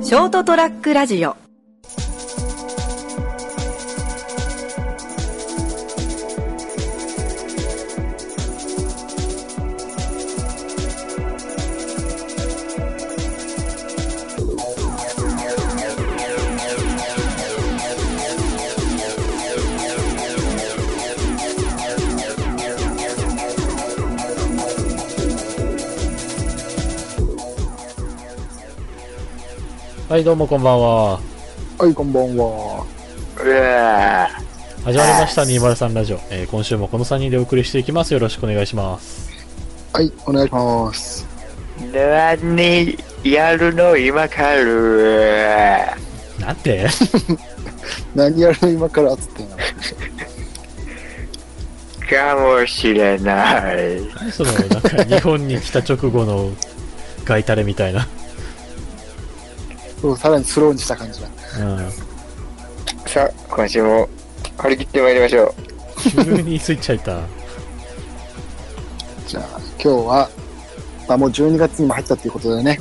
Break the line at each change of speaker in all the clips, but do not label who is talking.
ショートトラックラジオ
はい、どうもこんばんは。
はい、こんばんは。
うえ
始まりました、203ラジオ。えー今週もこの3人でお送りしていきます。よろしくお願いします。
はい、お願いします。
何やるの今からう
なんて
何やるの今からっつってんの。
ーかもしれない。
何 その、なんか日本に来た直後のガイタレみたいな。
そう、さらにスローにした感じだ。
うん。
さあ、今週も張り切ってまいりましょう。
急にスイッチ入った。
じゃあ、今日は、まあもう12月にも入ったっていうことでね、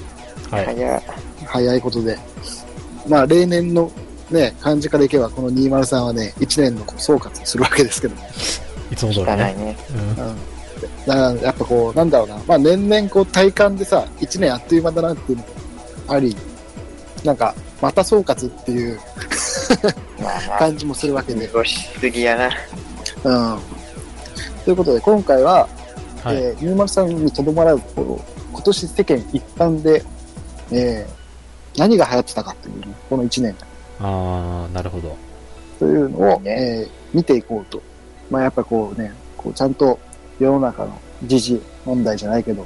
はい。
早い
早いことで。まあ、例年のね、感じからいけば、この203はね、1年の総括をするわけですけども。
いつも通り
汚い
ね。
ね。
うん。
うん。だからやっぱこう、なんだろうな、まあ年々こう体感でさ、1年あっという間だなっていうのもあり、なんか、また総括っていう
まあま あ、
感じもするわけで。
濁しすぎや
う
な。
ん。ということで、今回は、
はい。
えー、ゆうまるさんにとどまらず、こう今年世間一般で、えー何が流行ってたかというね、この1年
あー、なるほど。
というのを、
ね
えー見ていこうと。まあ、やっぱこうね、こうちゃんと世の中の時事問題じゃないけど、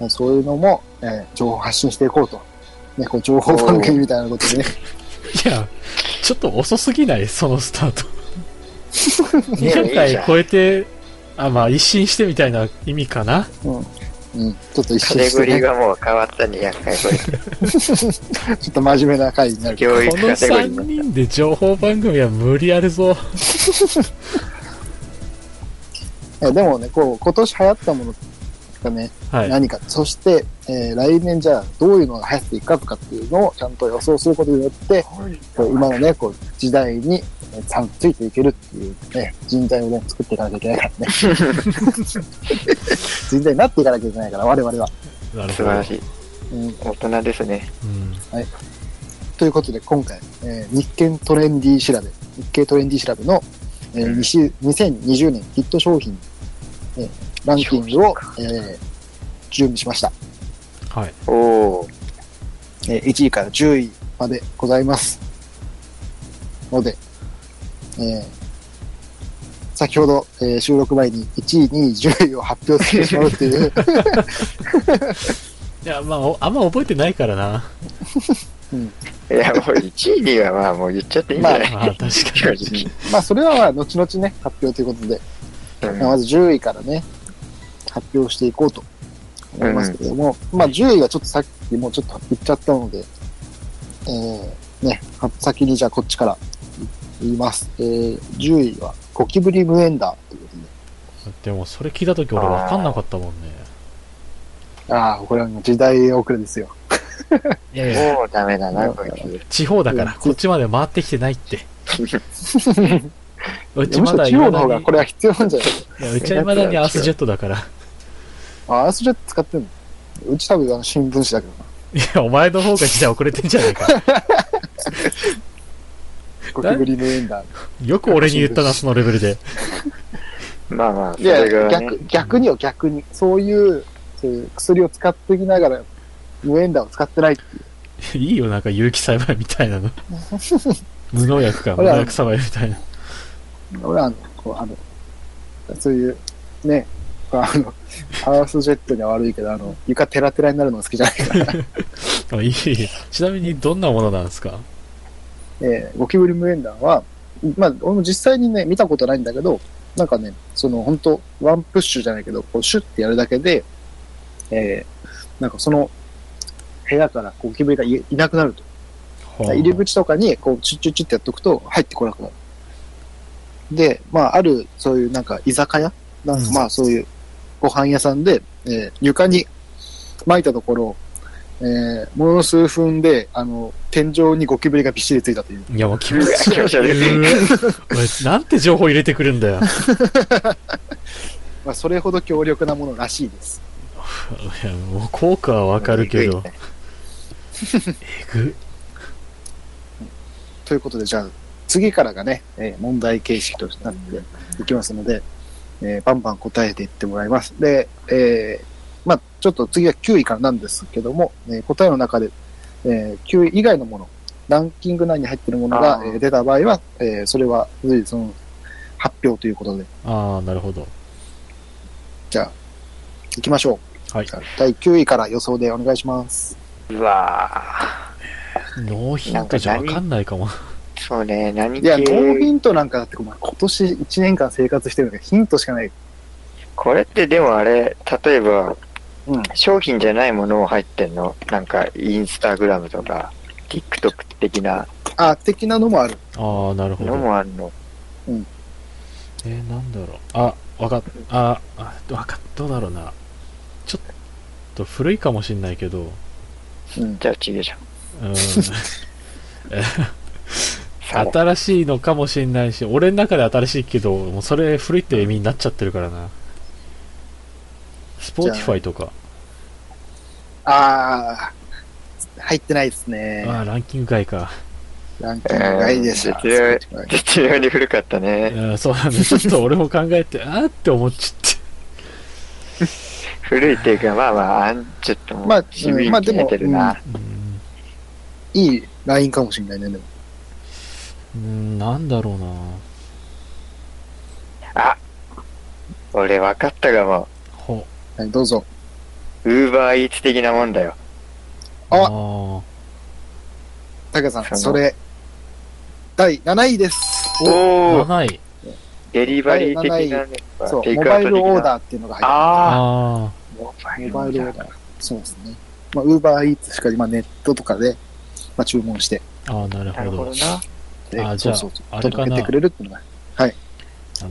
まあそういうのも、えー情報発信していこうと。ね、こう情報番組みたいなことでね。
いや、ちょっと遅すぎないそのスター ト。
い
200
いじゃ
回
ん
超えて、あ、まあ一新してみたいな意味かな。
うん。うん。ちょっと一
カ
緒
テ
に
ゴ
して、
リー
ね、
がもう変わった200 回超え
ちょっと真面目な回にな
て。
るけど。
教
この
育カテゴリーに
3
なった。
人で情報番組は無理あるぞ。
えーでもね、こう、今年流行ったものがね、
はい。
何か、そして、えー来年じゃあどういうのが流行っていくかとかっていうのをちゃんと予想することによって、こう今のね、こう時代にえーちゃんとついていけるっていうね、人材をね、作っていかなきゃいけないからね。人材になっていかなきゃいけないから、我々は。
なる
素
ほど
晴ら。しい。
うん、
大人ですね。
うん。
ということで、今回、えー日経トレンディ調べ、日経トレンディ調べの、えー
うん
20 2020年ヒット商品、えーランキングを、えー準備しました。
はい。
おー。
えー1位から10位までございます。ので、えー先ほど、えー収録前に1位、2位、10位を発表してしまうって いう、
いや、まあ、おあんま覚えてないから な。
いや、もう1位にはまあもう言っちゃっていいんじゃない、
まあ、確かに。
正
まあそれはまあ後々ね、発表ということで、
直うん
まあまず10位からね、発表していこうと思いますけれども、まあ10位はちょっとさっきもうちょっと言っちゃったので、えーね、は先にじゃあこっちから言います。えー10位はゴキブリムエンダーということで、
でも、それ聞いたとき俺分かんなかったもんね。
ああ、これはもう時代遅れですよ。
いやいや、
もうダメだな、こい
地方だから、
うん
こっちまで回ってきてない って。う
いや
ちま
むしろ
だ
地
未
方の
だ
方が
に
こ、れは必要なんじゃ ない
いやうちは未だにアースジェットだから。
あ、アースジェット使ってんのうち多分あの新聞紙だけどない
や、お前の方が時代遅れてんじゃないか。。
ゴキブリムエンダー。
よく俺に言ったな、そのレベルで。
つ。まあまあ、そ
いや
れ、が、ね
逆、、逆によ、逆に。そういう、そういう薬を使っていきながら、無縁弾を使ってない。
いいよ、なんか有機栽培みたいなの。無農薬か、
ほ
無
ら
農薬栽培みたいな。
俺は、あの、こう、あの、そういう、ね、あの、アースジェットには悪いけど、あの、床テラテラになるのが好きじゃないから。
あいい。ちなみに、どんなものなんですか
えーゴキブリ無縁弾は、まあ、俺も実際にね、見たことないんだけど、なんかね、その、本当ワンプッシュじゃないけど、こう、シュッてやるだけで、えーなんかその、部屋からゴキブリがいいなくなると。入り口とかに、こう、チュッチュッチュってやっとくと、入ってこなくなる。で、まあ、ある、そういうなんか、居酒屋なんか、
うん
まあ、そういう、ご飯屋さんで、えー床に巻いたところ、えー、もの数分で、あの、天井にゴキブリがびっしりついたという。
いや、もう気 持ち
気持ち悪いう
ーおいなんて情報入れてくるんだよ。
まあ、それほど強力なものらしいです。
いやもう効果はわかるけど。えぐ。
ということで、じゃあ、次からがね、えー問題形式となっていきますので、えーバンバン答えていってもらいます。で、えーまあ、ちょっと次は9位からなんですけども、えー答えの中で、えー9位以外のもの、ランキング内に入っているものが
あ、
え
ー
ー出た場合は、えーそれは随時その発表ということで、
ああ、なるほど。
じゃあ、行きましょ。。
はいう
じゃあ第9位から予想でお願いします。
うわ
ノーヒントじゃわかんないかも。
ーそうね、何
いや、ノー
系
ヒントなんかだって、お前今年1年間生活してるんだけど、ヒントしかない。
これってでもあれ、例えば、
うん
商品じゃないものを入ってんのなんか、インスタグラムとか、TikTok 的な
あ、的なのもある。
ああ、なるほ
の
ど。
もあるの。
えー、なんだろう。あ、わかっ、あ、あわかっ、どうだろうな。ちょっと古いかもしんないけど、う
うん。
じゃあ次でしょ。
ー
サ
ん
ボ
新しいのかもしんないし、俺の中で新しいけど、もうそれ古いって意味になっちゃってるからな。スポーティファイとか。
あー、入ってないですね。
ああ、ランキング外か。
ランキングがいいです。
えー絶妙に古かったね。
うんそうなんだ。 ちょっと俺も考えて、あーって思っちゃって。
古いっていうか、まあまあ、あんちょっとも
まあう、
うん地味
まあ
に
で
決
も
めてるな。
うん
いいラインかもしれないね、でも。
うん、なんだろうな。
俺分かったがも
ほ。
はい、どうぞ。
う、ウーバーイーツ的なもんだよ。
あ
あ
たけさん、
その
それ、第7位です。
ー
お
お7
ー
位。
デリバリー的なね。
そう、
テイ
モ
クア
バ
ウ
イ
ト
ル
的な
オーダーっていうのが入っ
ああ。
あ
モ
てる。モバイルオーダー。そうですね。まあ、ウーバーイーツしかり、まあ、ネットとかで、まあ、注文して、
ーあー、なる
なる
ほ
ほ
ど
ど。な。
で
あじゃあ
そうそうそ
あ
う
れかな
届けてくれるっていうのが。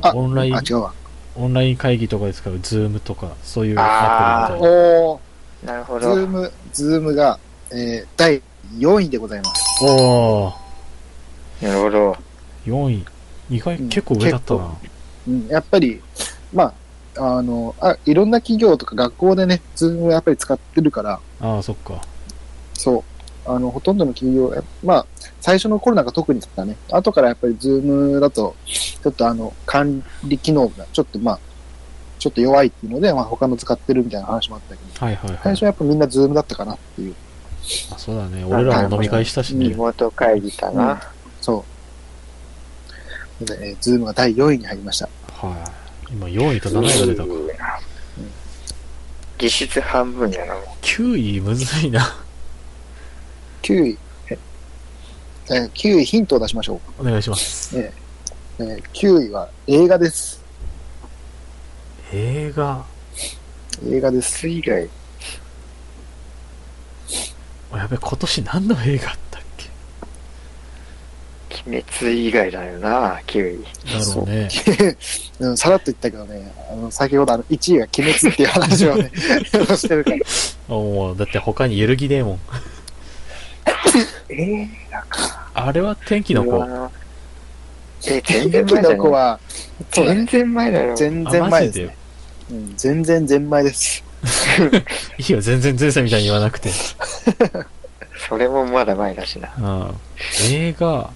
あのオンライン
あ、、違うわ。
オンライン会議とかで使う、ズームとか、そういうア
あー
プリみたいな。
おー、
なるほ
ズー
ど。
ム、ズームが、えー第4位でございます。
おー、
なるほど。
4位。意外、
うん
結構上だったな。
うん、やっぱり、まあ、あの、あ、いろんな企業とか学校でね、ズームをやっぱり使ってるから、
ああ、そっか。
そう。あの、ほとんどの企業、えまあ、最初のコロナが特にだったね。後からやっぱりズームだと、ちょっとあの、管理機能が、ちょっとまあ、ちょっと弱いっていうので、まあ他の使ってるみたいな話もあったけど、
はいはいは
最
い
初。はやっぱみんなズームだったかなっていう。
あそうだね。俺らも飲み会したし
うん
リ
ね。
モート会議かな。
そう。ので、えーズームが第4位に入りました。
はい。今4位と7位が出たか。
うん
実質半分やな。もう
9位むずいな。
9位。ええー、9位ヒントを出しましょ
お願いします。
う。えー、9位は映画です。
映画。
映画です。
水以外。
おやべ、今年何の映画あったっけ
鬼滅以外だよな、9位。
だろうね。
うん、さらっと言ったけどね、あの、先ほどあの、1位が鬼滅っていう話を ね、してるから。
あもう、だって他に揺るぎねえもん。
え
あれは天気の子。あ、
え、全
天
然
気
前だ
の子
よ。
は、そうだね
全然前だよ。
全然
マ
前
ジ
です、
で
ね。。うん、全然前前です。
いいよ、全然前世みたいに言わなくて。
それもまだ前だしな。
うん。映画、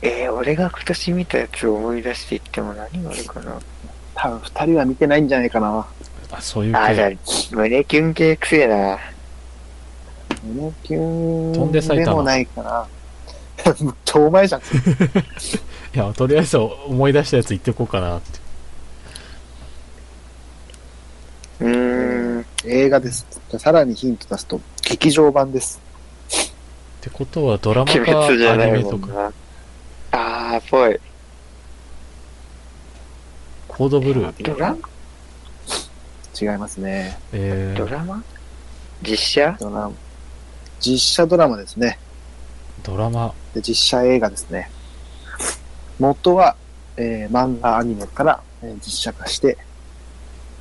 えー、俺が今年見たやつを思い出していっても何があるかな。
多分二人は見てないんじゃないかな。
あ、そういう
あ、じゃあ
系。、
胸キュン系くせえな。
胸キュン。
飛んで埼玉
でもないかな。 超前じゃん。
いや、とりあえず思い出したやつ言ってこうかなって。
うーん。
映画です。さらにヒント出すと、劇場版です。
ってことは、ドラマ
鬼
かア
滅じゃな
ニ
い
メ
も
と
ん
か、
な。あー、ぽい。
コードブルー。
ドラ
違いますね。
え
ド
ー、
ラマ実写
ドラマ。実写ドラマですね。
ドラマ。
で実写映画ですね。元は、えー漫画アニメから、えー実写化して、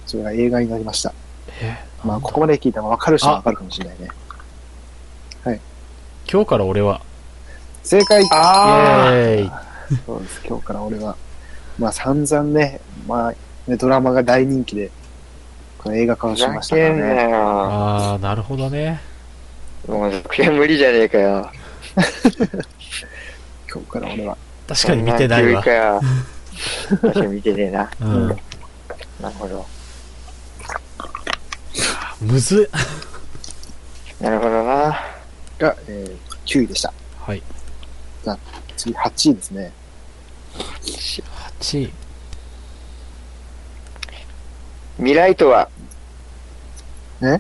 それが映画になりました。
えー、な
まあ、
んだ
ここまで聞いたら分かる人は
あ
分かるかもしれないね。
今日から俺は。
正解
イ
あ
ェーイ
そうです。今日から俺は、まあ散々ね、まあ、ね、ドラマが大人気で、この映画化
あ
をしま
ふ
したか
ざけ
ら
ん
ね。
なよ。
あー、なるほどね。
もう続編無理じゃねえかよ。
今日から俺は。
確かに見てないわ
そん。ん急かよ。確かに見てねえな。
うん。
なるほど。
むずっ
なるほどな。
が、えー、9位でした。
はい。
次、8位ですね。
8位。
未来とは
え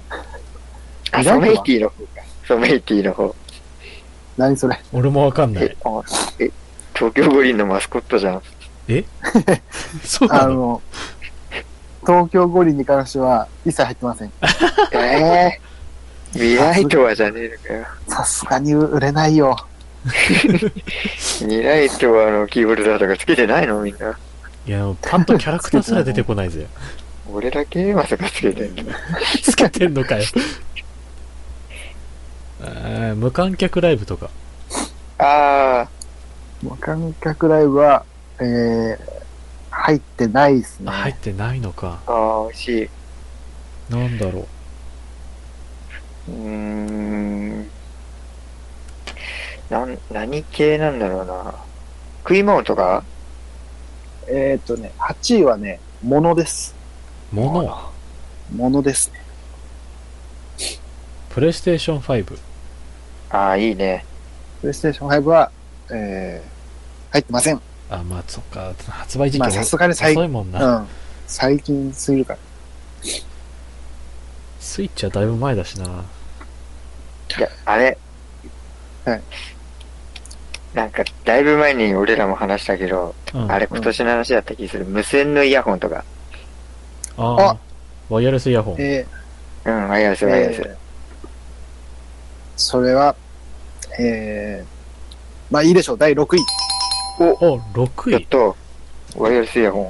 あ、
未来とは
ソメイティの方か。ソメイティの方。
何それ
俺もわかんな
え
い。、
あえ、東京五輪のマスコットじゃん。
そう
あ
なの
の、東京五輪に関しては、一切入ってません。
えー、未来とはじゃねえのかよ。
さすがに売れないよ。
未来とはのキーボルダーとかつけてないのみんな。
いや、パンとキャラクターすら出てこないぜ。
俺だけまさかつけてんの。
つけてんのかよ。えー無観客ライブとか。
あ
無観客ライブは、えー、入ってないですね。
あ、入ってないのか。
ー、あー、惜しい。
なんだろ
うーん。なん、何系なんだろうな。食い物とか
えーっとね、8位はね、物です。
う。もの。
物ですね。
プレイステーション5。
ああ、いいね。
プレイステーション5は、えー、入ってません。
あ、まあ、そっか。発売時期
まあ
も
さすがに最
遅いもん
う
な。
ん。最近すぎるから。
スイッチはだいぶ前だしな。
いや、あれ。
はい。
なんか、だいぶ前に俺らも話したけど、
うん。
あれ今年の話だった気する。無線のイヤホンとか。
あ
あ
あ。ワイヤレスイヤホン。
え
うん、ワイヤレス、
ー、
ワイヤレス。
えーそれは、えー、まあいいでしょう。第6位。
お、6
やっ
位。
と、ワイヤレスイヤホン。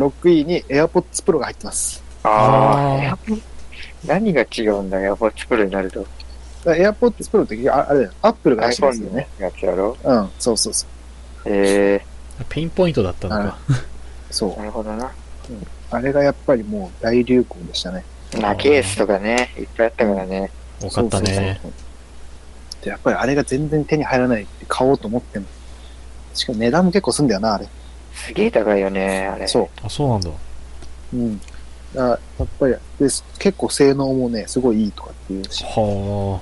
6位に AirPods Pro が入ってます。
あ
あー
あ、やっぱ 何が違うんだよ、ポッチプロになると。
だから AirPods Pro って結局ああれだよ。Apple が出してます
iPhone
よ
の
ね。
やつやろ
うん。そうそうそう。
ええ
ピンポイントだったのか。
そう
ー、。なるほどな。
あれがやっぱりもう大流行でしたね。
まあ、ケースとかね、いっぱいあったからね。
多かったね。
そうそうそうで、やっぱりあれが全然手に入らないって買おうと思っても。しかも値段も結構すんだよな、あれ。
すげえ高いよね、あれ。
そ
あ、そうなんだ。
う。うん。だやっぱりで、結構性能もね、すごいいいとかっていうし、
は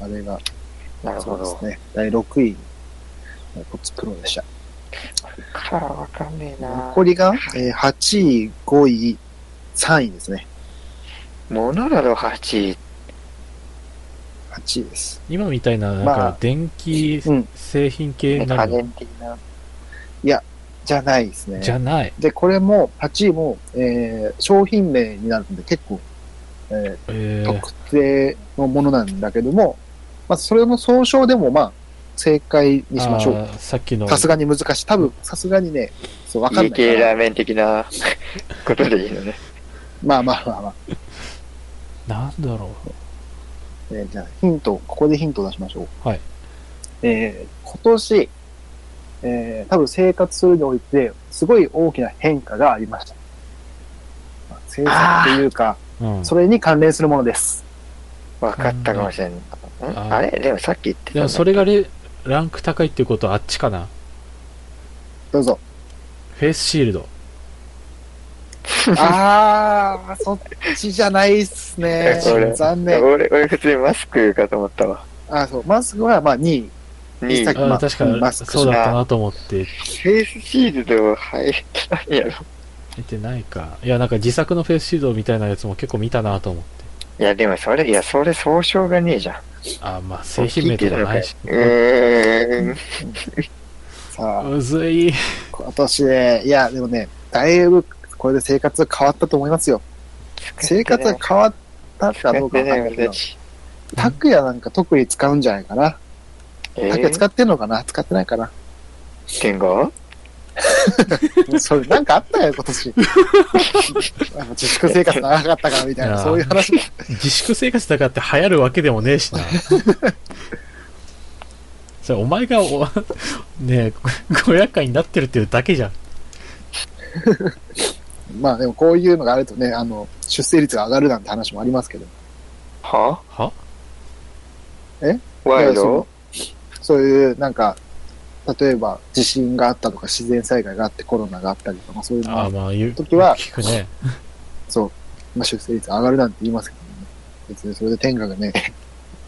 あ。
あれが、
なるほど。
そうですね。第6位、ポッツプロでした。
からわかんねえな。
残りが、えー8位、5位、3位ですね。
モノラド8位。
8位です。
今みたいな、なん
まあ
か、電気
うん
製品系
家
になるの
電的な。
じゃないですね。
じゃない。
で、これも、8位も、えー商品名になるんで、結構、えー
えー、
特定のものなんだけども、まあ、それの総称でも、まあ、正解にしましょう。
あーさっきの、
さすがに難しい。多分、さすがにね、そう、わかん
家
ない
系
か
ラー
ら。
メン 的なことでいいのね。
まあまあまあまあ。
なんだろ
えーじゃあ、ヒント、ここでヒントを出しましょう。
はい。
えー今年、えー多分生活するにおいて、すごい大きな変化がありました。まあ政策というか、
う。うん。
それに関連するものです。
わかったかもしれん。ん
あー
あれでもさっき言ってた
で
んだ。
も、それがレランク高いっていうことはあっちかな。
どうぞ。
フェイスシールド。
あー、そっちじゃないっすね
それ
残念。
俺、俺普通にマスクかと思ったわ。
あ、そう、マスクはまあ2位。
2
さっ
位
き。ま
あ
あ
確かに
うんマ、スクしな
そうだったなと思って、
フェイスシールド入ったんやろ。
見てないか。いや、なんか自作のフェイスシールドみたいなやつも結構見たなと思って。
いや、でもそれ、いや、それ総称がねえじゃん。
あー、まあ、製品名とかないし。
うーん。
さあ、
むずい。
今年で、いや、でもね、だいぶこれで生活変わったと思いますよ。生活が変わったかどうかわかんないけど、拓也なんか特に使うんじゃないかな。
え
拓也使ってんのかな使ってないかな
ってんが
それなんかあったよ、今年。 あの自粛生活長かったからみたい
い
な、
や
そういう話が。
自粛生活だからって流行るわけでもねえし な。それお前がお、 ねえ、ご厄介になってるっていうだけじゃん。
まあでもこういうのがあるとね、あの、出生率が上がるなんて話もありますけど。
は
は
賄
いやそ
賂
のそういう、なんか、例えば地震があったとか自然災害があってコロナがあったりとか、そういうの
ああ、
が、
まあ言う、
時は
聞くね。
まあ、出生率上がるなんて言いますけどね。別にそれで天下がね、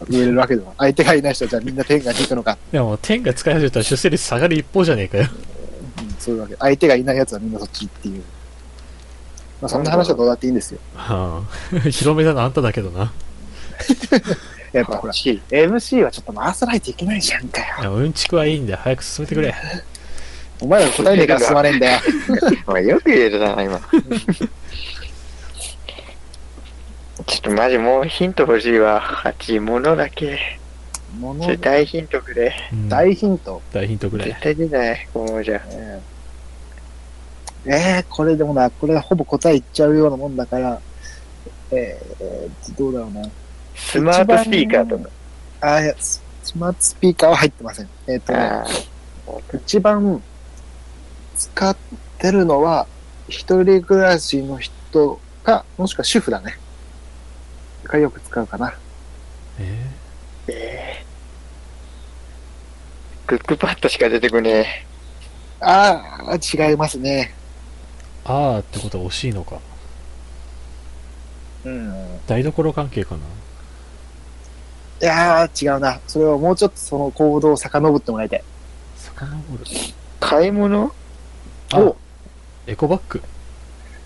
植えれるわけでは。相手がいない人はじゃあみんな天下に行くのか、
でも、天が使い始めたら出世率下がる一方じゃねえかよ。
うんそういうわけ。相手がいない奴はみんなそっちっていう。まあそんな話はどうだっていいんですよ。
はあ、広めだなあんただけどな。
やっぱほら
欲、しい
MC はちょっと回さないといけないじゃんか
い
よ。
やうんちくはいいんだよ。早く進めてくれ。
お前ら答えねえから進まねえんだよ。
お前よく言える な、今。ちょっとマジもうヒント欲しいわ。8ものだけ。
もの
それ大ヒントくれ。
うん
大ヒント。
大ヒントくれ
絶。対出ない。もうじゃ
えーえーこれでもな、これほぼ答えいっちゃうようなもんだから、えーえーどうだろうな。
スマートスピーカーとか。
あーいや、ススマートスピーカーは入ってません。えっ、とね、
あ
一番使ってるのは、一人暮らしの人か、もしくは主婦だね。がよく使うかな。
え
ーえークックパッドしか出てこね
ああ、違いますね。
ー、あーってことは惜しいのか。
うん。
台所関係かな。
いやー、違うな。それをもうちょっとその行動を遡ってもらいたい。
魚ボール。
え。買い物
あ
お、
エコバッグ。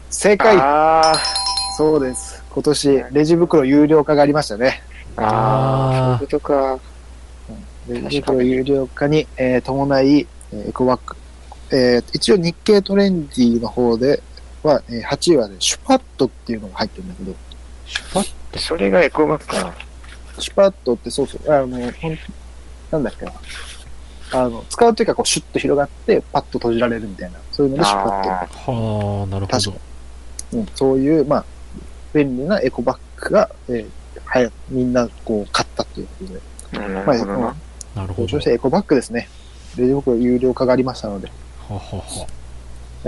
正解
あー
そうです。今年、レジ袋有料化がありましたね。
あ
あ
ー。そういうことか。
レジ袋有料化に、えー伴い、えーエコバッグ。えー一応日経トレンディの方では、えー8位はね、シュパットっていうのが入ってるんだけど、
シュパッ
それがエコバッグかな。
シュパットってそうそう、あの、ほんなんだっけな。あの、使うというか、こう、シュッと広がって、パッと閉じられるみたいな。そういうので、シュパット。
あ
はあ、なるほ
確
ど。
うん、そういう、まあ、便利なエコバッグが、えー、はや、みんな、こう、買ったっていうことで。
ーなる
まあ、
ほどな。
なるほ
登
ど。
場
は
したエコバッグですね。レジ袋有料化がありましたので、
はは。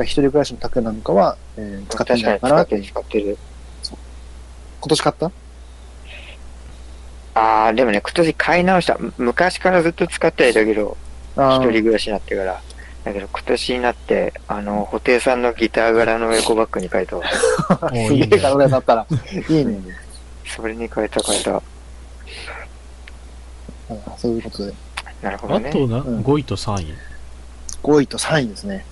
一人暮らしの宅なんかは、えー使って
確か
ん
に
じゃないか
使
な
っ
ってて。
る、使ってる。
今年買った
ああ、でもね、今年買い直した。む昔からずっと使ってはいたけど、一
あ
人
ー
暮らしになってから。だけど今年になって、あの、布袋さんのギター柄のエコバッグに変えたわ。
おー
す
いい
げえ
ね。
体になったら。いいね。
それに変えた変えた。
あーそういうことで。
なるほど
あ
ね。
とな、
うん
5位と3位。
5位と3位ですね。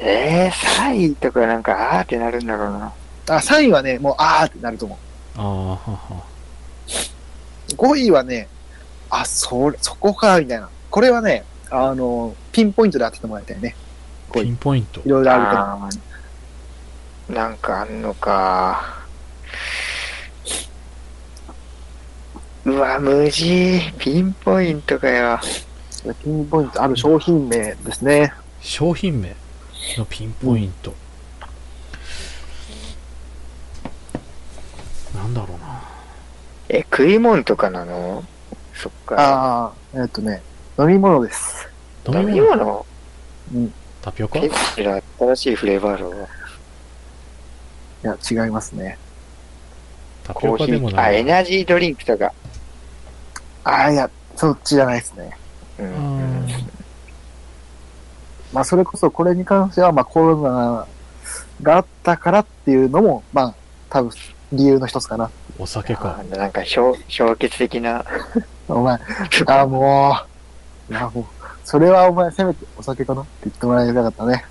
えー、3位とかなんか、あーってなるんだろうな。
あ、3位はね、もう、あーってなると思
ああ、はは。
う。5位はね、あ、それ、そこか、みたいな。これはね、あの、ピンポイントで当ててもらいたいね。五位
ピンポイント
い。ろいろあるけど。
あーなんかあんのか。うわ、無事。ピンポイントかよ。
ピンポイントある商品名ですね。
商品名のピンポイント。なんだろうな。
え、食い物とかなのそっか。
ああ、えっ、とね、飲み物です。
飲
飲み
み
物
物
タピオカ
ペプシの新しいフレーバーロー。
いや、違いますね。
タピ
コ
オカ
ーヒ
でも
ー。あ、
な
エ
い。
ナジードリンクとか。
ああ、いや、そっちじゃないですね。
う。
うんん
まあ、それこそこれに関しては、まあ、コロナがあったからっていうのも、まあ、多分、理由の一つかな。
お酒
あ
か。
なんか氷、氷結的な。
お 前、ああ、もう、いや、もう、それはお前、せめてお酒かなって言ってもらえなかったね。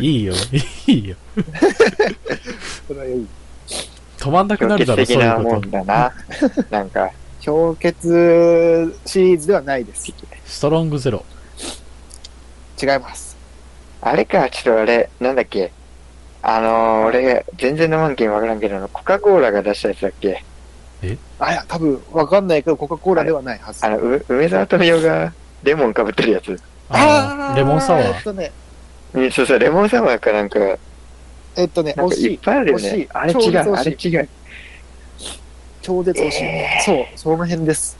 いいよ、いいよ。
それはいい。
止まんなくな
氷
るだ
結
ろ、そ
的
うい
な
う
も
こ
ん
と。
だな。なんか、
氷結シリーズではないです。
ストロングゼロ。
違います。
あれか、ちょっとあれ、なんだっけ。あのー、俺、全然飲まんけんわからんけど、あのコカ・コーラが出したやつだっけ。
あ、いや、多分、わかんないけど、コカ・コーラではないはず
あ。の、う梅沢富美男がレモンかぶってるやつ。
あのレモンサワ
え
ー
っ。とね、
うんそうそう、レモンサワーかなんか、
えっとね、
なん
惜
かい
し
っ
い。
ぱいあるよ
惜し
ね
い。
あれ
超
違
絶
う、あれ
惜し
違う。
超絶惜しい。
え
そう、その辺です。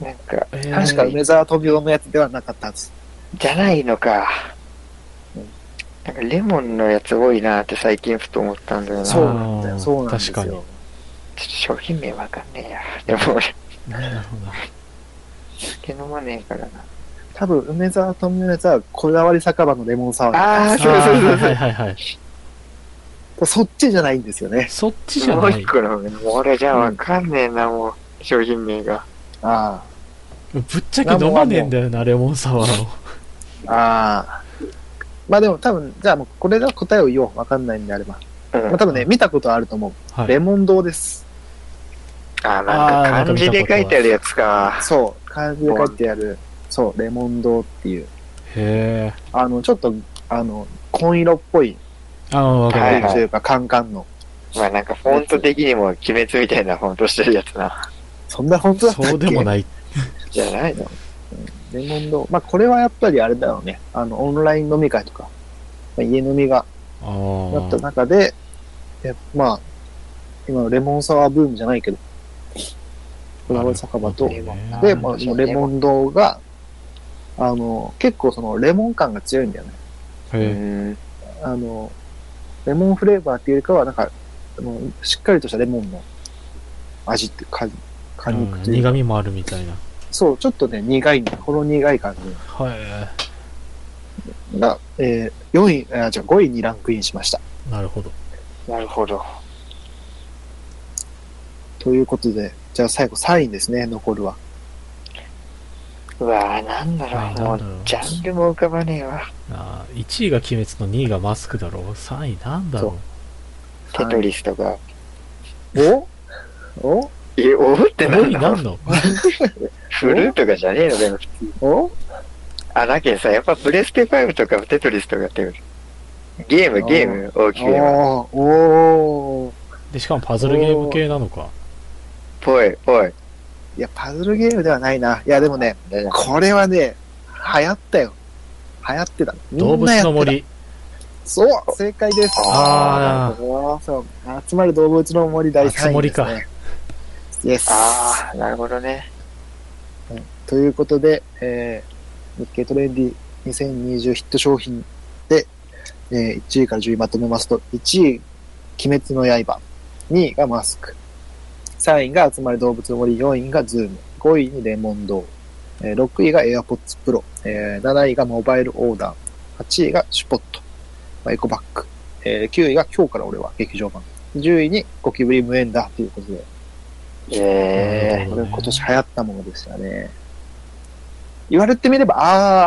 なんか、
えー
確か梅沢富美男のやつではなかったはず。
じゃないのか
うん。
なんかレモンのやつ多いなって最近ふと思ったんだよな。
そうなんだ
あー
よ。そうなんですよ。
確かに
ちょっと商品名わかんねえや。でも俺、
なんだろうな。
酒飲まねえからな。
多分、梅沢富美男のやつは、こだわり酒場のレモンサワー。
ああ、そう
あ
そう
ー
そうそ
は
う
い。はいはい。
そっちじゃないんですよね。
そっちじゃ
もう
ない
一。個の方が俺じゃわかんねえな、もう、商品名が。
あ
ぶっちゃけ飲まねえんだよな、レモンサワーを。
あ。ああ。まあでも多分、じゃあもうこれが答えを言おう。わかんないんであれば。
うん。
まあ多分ね、見たことはあると思
は
う。
い
レ。モン堂です。
あー、なんか漢字で書いてあるやつか。
そう。漢字で書いてある。そう、レモン堂っていう。
へえ。
あの、ちょっと、あの、紺色っぽい
ああ、わかる
は
わ
い
かる。
というか、カンカンの。
まあなんかフォント的にも鬼滅みたいなフォントしてるやつな。
そんな本当だったっけ
そうでもない。
じゃないの
レモン堂。まあ、これはやっぱりあれだよね。あの、オンライン飲み会とか、まあ、家飲みが
あ
なった
ー
中で、でまあ、今のレモンサワーブームじゃないけど、こだわり酒場と、
なるほどね
で、まあ、もうレモン堂が、あの、結構その、レモン感が強いんだよね。
う
へえ。
ん。
あの、レモンフレーバーっていうよりかは、なんか、あのしっかりとしたレモンの味っていうか、果
うん
肉というか
苦味もあるみたいな。
そう、ちょっとね、苦いんだよ。ほろ苦い感じ。
は
が、えー、4位、あ、じゃあ5位にランクインしました。
い。なるほど。
なるほど。
ということで、じゃあ最後3位ですね、残るは。
うわぁ、なんだろ。
はいう
も
なんだろ
う
う、
ジャンルも浮かばねえわ。
あー1位が鬼滅の2位がマスクだろう。3位なんだろ
テトリスとか。
おお
え、おーって
う。
な
何
ん
に
だ
なんの
フルーとかじゃねえのかよ。
お
あ、だけどさ、やっぱプレステ5とかテトリスとかって、ゲーム、ゲーム、大きく言えば。
おーおー
で、しかもパズルゲーム系なのか。
ぽい、ぽい。
いや、パズルゲームではないな。いや、でもね、
だな
これはね、流行ったよ。流行ってた。みんなや
動物
ってた
の。森。
そう、正解です。
あー
そう、集まる動物の森第3位です、ね。
集まりか
イエス。
ああ、なるほどね。
ということで、えー、日経トレンディ2020ヒット商品で、えー1位から10位まとめますと、1位、鬼滅の刃、2位がマスク、3位が集まる動物の森、4位がズーム、5位にレモンドえー6位が AirPods Pro、えー7位がモバイルオーダー、8位がシュポット、まあエコバッグ、えー9位が今日から俺は劇場版、10位にゴキブリ無縁だということで、
な
え
るほ
え
こ
ど
れ
ね
今年流行ったものでしたね。言われてみれば、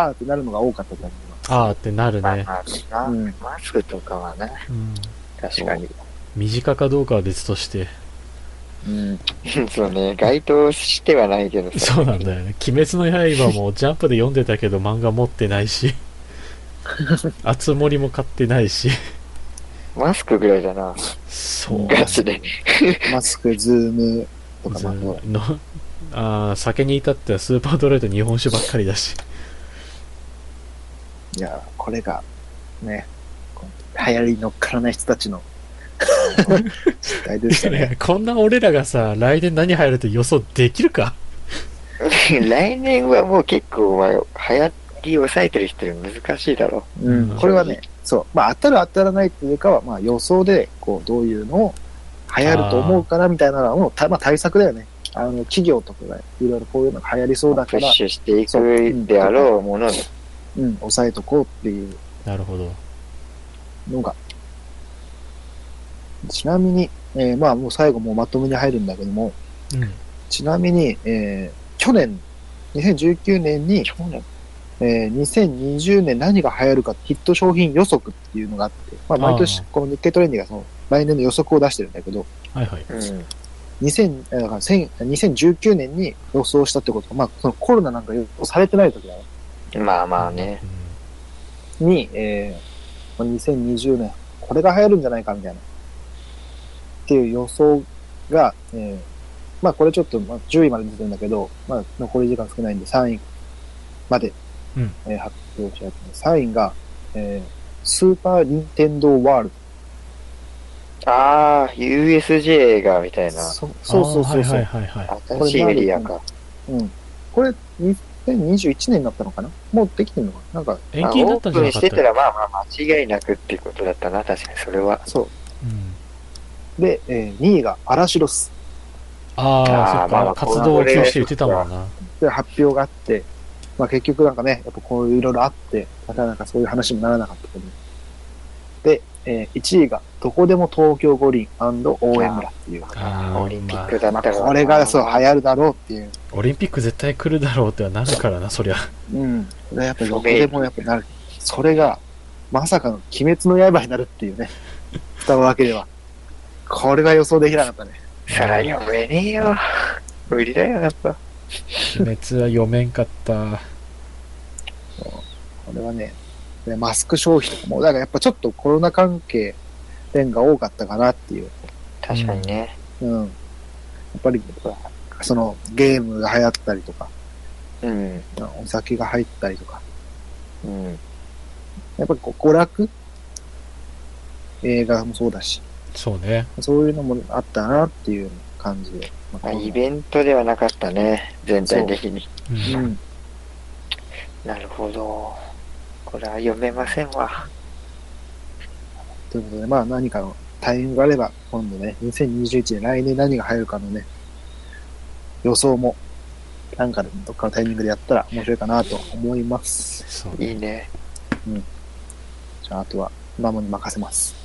あーってなるのが多かったと思います。
あーってなる
まあ
ね。
まあな
うん
マスクとかはな、
うん。
確かに。
身近かどうかは別として。
うん。
そうね、該当してはないけどさ。
そうなんだよね。鬼滅の刃もジャンプで読んでたけど漫画持ってないし。あつ森も買ってないし。
マスクぐらいだな。
そう。
ガチで。
マスク、ズームとか、
ず
まあ、そう
のあー酒に至ってはスーパードライと日本酒ばっかりだし。
いや、これが、ね、こう流行りに乗っからない人たちの、時代でした ね。
こんな俺らがさ、来年何入るって予想できるか
来年はもう結構、まあ、流行り抑えてる人より難しいだろ
うん。これはね、そう、まあ、当たる当たらないっていうかは、まあ、予想で、こう、どういうのを流行ると思うからみたいなのは、もうた、まあ、対策だよね。あの、企業とかが、いろいろこういうのが流行りそう
う。
だ
プ
か
ッ
ら、
シュしていくであろうもの
うん、抑えとこうっていう
なるほど。
のが。ちなみに、えーまあもう最後もうまとめに入るんだけども、
うん。
ちなみに、えー去年、2019年に、
去年
えー2020年何が流行るかヒット商品予測っていうのがあって、まあ毎年
あ
この日経トレンディがその来年の予測を出してるんだけど、
はいはい。
うん。
2000えーだから1000 2019年に予想したってことは、まあそのコロナなんか予想されてない時だよ
まあまあね。
に、えー、まあ2020年、これが流行るんじゃないかみたいな、っていう予想が、えーまあこれちょっとまあ10位まで出てるんだけど、まあ残り時間少ないんで3位まで
うん
えー発表したやつのサインが、えースーパー・ニンテンドー・ワールド。
ああ、USJ 映画みたいな。
そそうそうそうそう、
あーはいはいはいはい。
新しいエリアか。
うん。これ、2021年になったのかなもうできてるのかななんか、
延期になったんじゃ
あオ
な
ープ
か
ンし
った
て
った
ら、まあまあ、間違いなくっていうことだったな、確かに、それは。
そ
うん、
う。で、え2位がアラシロス。
ああ、
あー
そっか、
まあまあ
活動を休止って言ってたもんな。
で発表があって、まあ結局なんかね、やっぱこういういろいろあって、なかなかそういう話にもならなかったけど。で、え1位が、どこでも東京五輪応援村っていう。
あ
オリンピッ
ま
クだ
ま
っ
あ
たら。
これがそう流行るだろうっていう。
あ、オリンピック絶対来るだろうってはなるからな、そりゃ。
うん。これやっぱどこでもやっぱなる。それが、まさかの鬼滅の刃になるっていうね。蓋を開ければ。これが予想できなかったね。
さらに読めねえよ。無理だよ、やっぱ。
鬼滅は読めんかった。
これはね、でマスク消費とかも、だからやっぱちょっとコロナ関係点が多かったかなっていう。
確かにね。
うん。やっぱり、そのゲームが流行ったりとか、
うん。
お酒が入ったりとか、
うん。
やっぱりこう娯楽映画もそうだし、
そうね。
そういうのもあったなっていう感じで。まあ
まあ、イベントではなかったね、全体的に。
うん
うん。
なるほど。これは読めませんわ。
ということで、まあ何かのタイミングがあれば、今度ね、2021年、来年何が入るかのね、予想も、なんかでどっかのタイミングでやったら面白いかなと思います。
そう
いいね。
じゃあ、あとは、マモに任せます。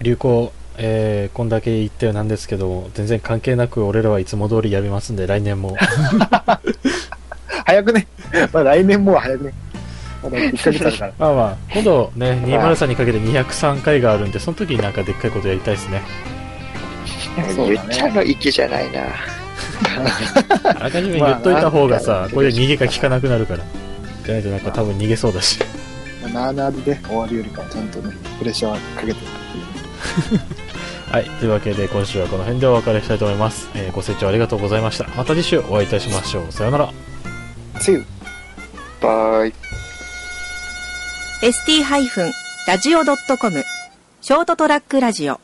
流行、えー、こんだけ言ってはなんですけど、全然関係なく俺らはいつも通りやりますんで、来年も。
早くね。 まあ来年もう早くね。まだ1ヶ月あるから。
まあまあ、今度ね、203にかけて203回があるんで、その時になんかでっかいことやりたいですね。
そう
言
だ
っ
ね
ちゃうの息じゃないな。
あらかじめ言っといた方がさ、こういう逃げが効かなくなるから。じゃないとなんか多分逃げそうだし。
まあなあなあでね終わるよりかはちゃんとね、プレッシャーはかけて
はい、というわけで今週はこの辺でお別れしたいと思います。えーご清聴ありがとうございました。また次週お会いいたしましょう。さようなら。
See you!
バイ。
ST-radio.com ショートトラックラジオ